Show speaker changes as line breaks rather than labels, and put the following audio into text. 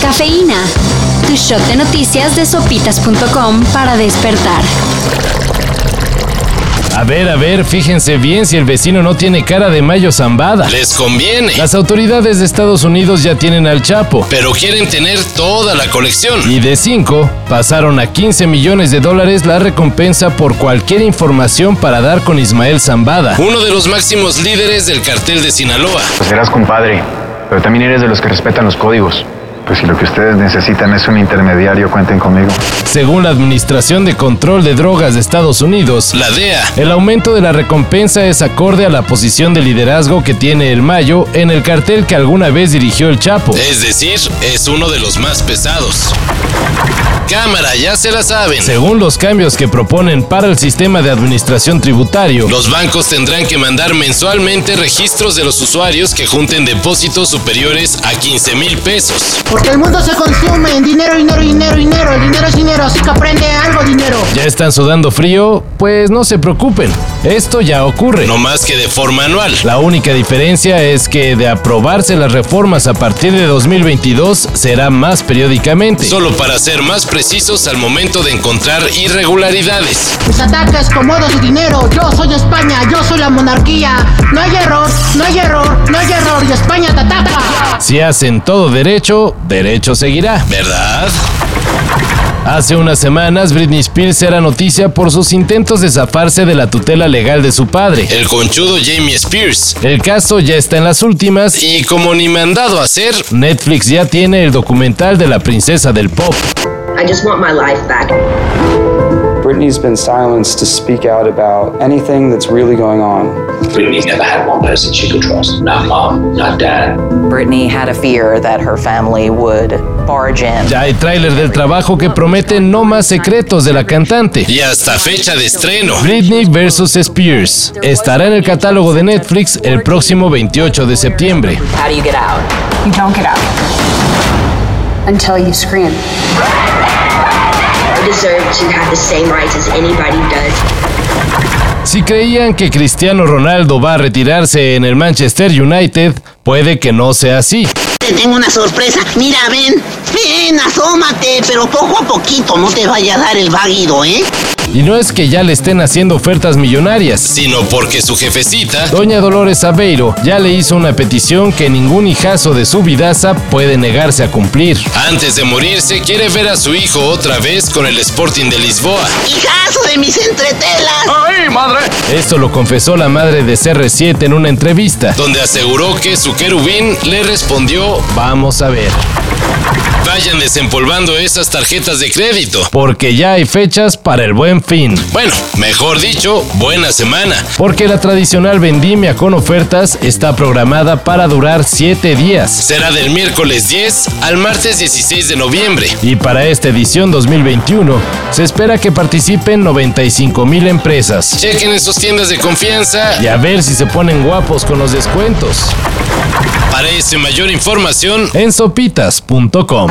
Cafeína. Tu shot de noticias de sopitas.com para despertar.
A ver, a ver, fíjense bien si el vecino no tiene cara de Mayo Zambada.
Les conviene,
Las autoridades de Estados Unidos ya tienen al Chapo.
pero quieren tener toda la colección.
Y de 5 pasaron a 15 millones de dólares la recompensa por cualquier información para dar con Ismael Zambada.
Uno de los máximos líderes del cartel de Sinaloa.
Pues serás compadre, pero también eres de los que respetan los códigos. Pues si lo que ustedes necesitan es un intermediario, cuenten conmigo.
Según la Administración de Control de Drogas de Estados Unidos,
La DEA,
el aumento de la recompensa es acorde a la posición de liderazgo que tiene el Mayo en el cartel que alguna vez dirigió el Chapo.
es decir, es uno de los más pesados. Cámara, ya se la saben.
Según los cambios que proponen para el sistema de administración tributario,
Los bancos tendrán que mandar mensualmente registros de los usuarios que junten depósitos superiores a 15 mil pesos.
Porque el mundo se consume en dinero, dinero, dinero, dinero. El dinero es dinero, así que aprende algo, dinero.
ya están sudando frío, pues no se preocupen, esto ya ocurre.
No más que de forma anual.
La única diferencia es que de aprobarse las reformas a partir de 2022 será más periódicamente.
Solo para ser más precisos al momento de encontrar irregularidades.
Mis ataques, comodos y dinero. Yo soy España, yo soy la monarquía. No hay error, no hay error, no hay error. Y España te ataca.
Si hacen todo derecho, derecho seguirá.
¿Verdad?
Hace unas semanas Britney Spears era noticia por sus intentos de zafarse de la tutela legal de su padre.
El conchudo Jamie Spears.
El caso ya está en las últimas y
Y como ni mandado a hacer,
Netflix ya tiene el documental de la princesa del pop.
I just want my life back.
Brittany's been silenced to speak out about anything that's really going on.
Brittany's never had one person she could trust. Not mom, not dad,
Brittany had a fear that her family would barge in.
Ya hay tráiler del trabajo que promete no más secretos de la cantante.
y hasta fecha de estreno.
Britney vs. Spears estará en el catálogo de Netflix el próximo 28 de septiembre.
How do you get out?
You don't get out. Until you scream.
I deserve to have the same rights as anybody does.
Si creían que Cristiano Ronaldo va a retirarse en el Manchester United, puede que no sea así.
Te tengo una sorpresa. Mira, ven, ven, asómate, pero poco a poquito, no te vaya a dar el váguido, ¿eh?
Y no es que ya le estén haciendo ofertas millonarias.
Sino porque su jefecita
Doña Dolores Aveiro ya le hizo una petición que ningún hijazo de su vidaza puede negarse a cumplir.
Antes de morirse, quiere ver a su hijo otra vez con el Sporting de Lisboa.
¡Hijazo de mis entretelas!
Esto lo confesó la madre de CR7 en una entrevista.
donde aseguró que su querubín le respondió,
Vamos a ver.
vayan desempolvando esas tarjetas de crédito.
Porque ya hay fechas para el buen fin.
Bueno, mejor dicho, buena semana.
Porque la tradicional vendimia con ofertas está programada para durar 7 días.
Será del miércoles 10 al martes 16 de noviembre.
Y para esta edición 2021 se espera que participen 95 mil empresas.
Chequen en sus tiendas de confianza.
Y a ver si se ponen guapos con los descuentos. este
Para esta y mayor información,
En sopitas.com.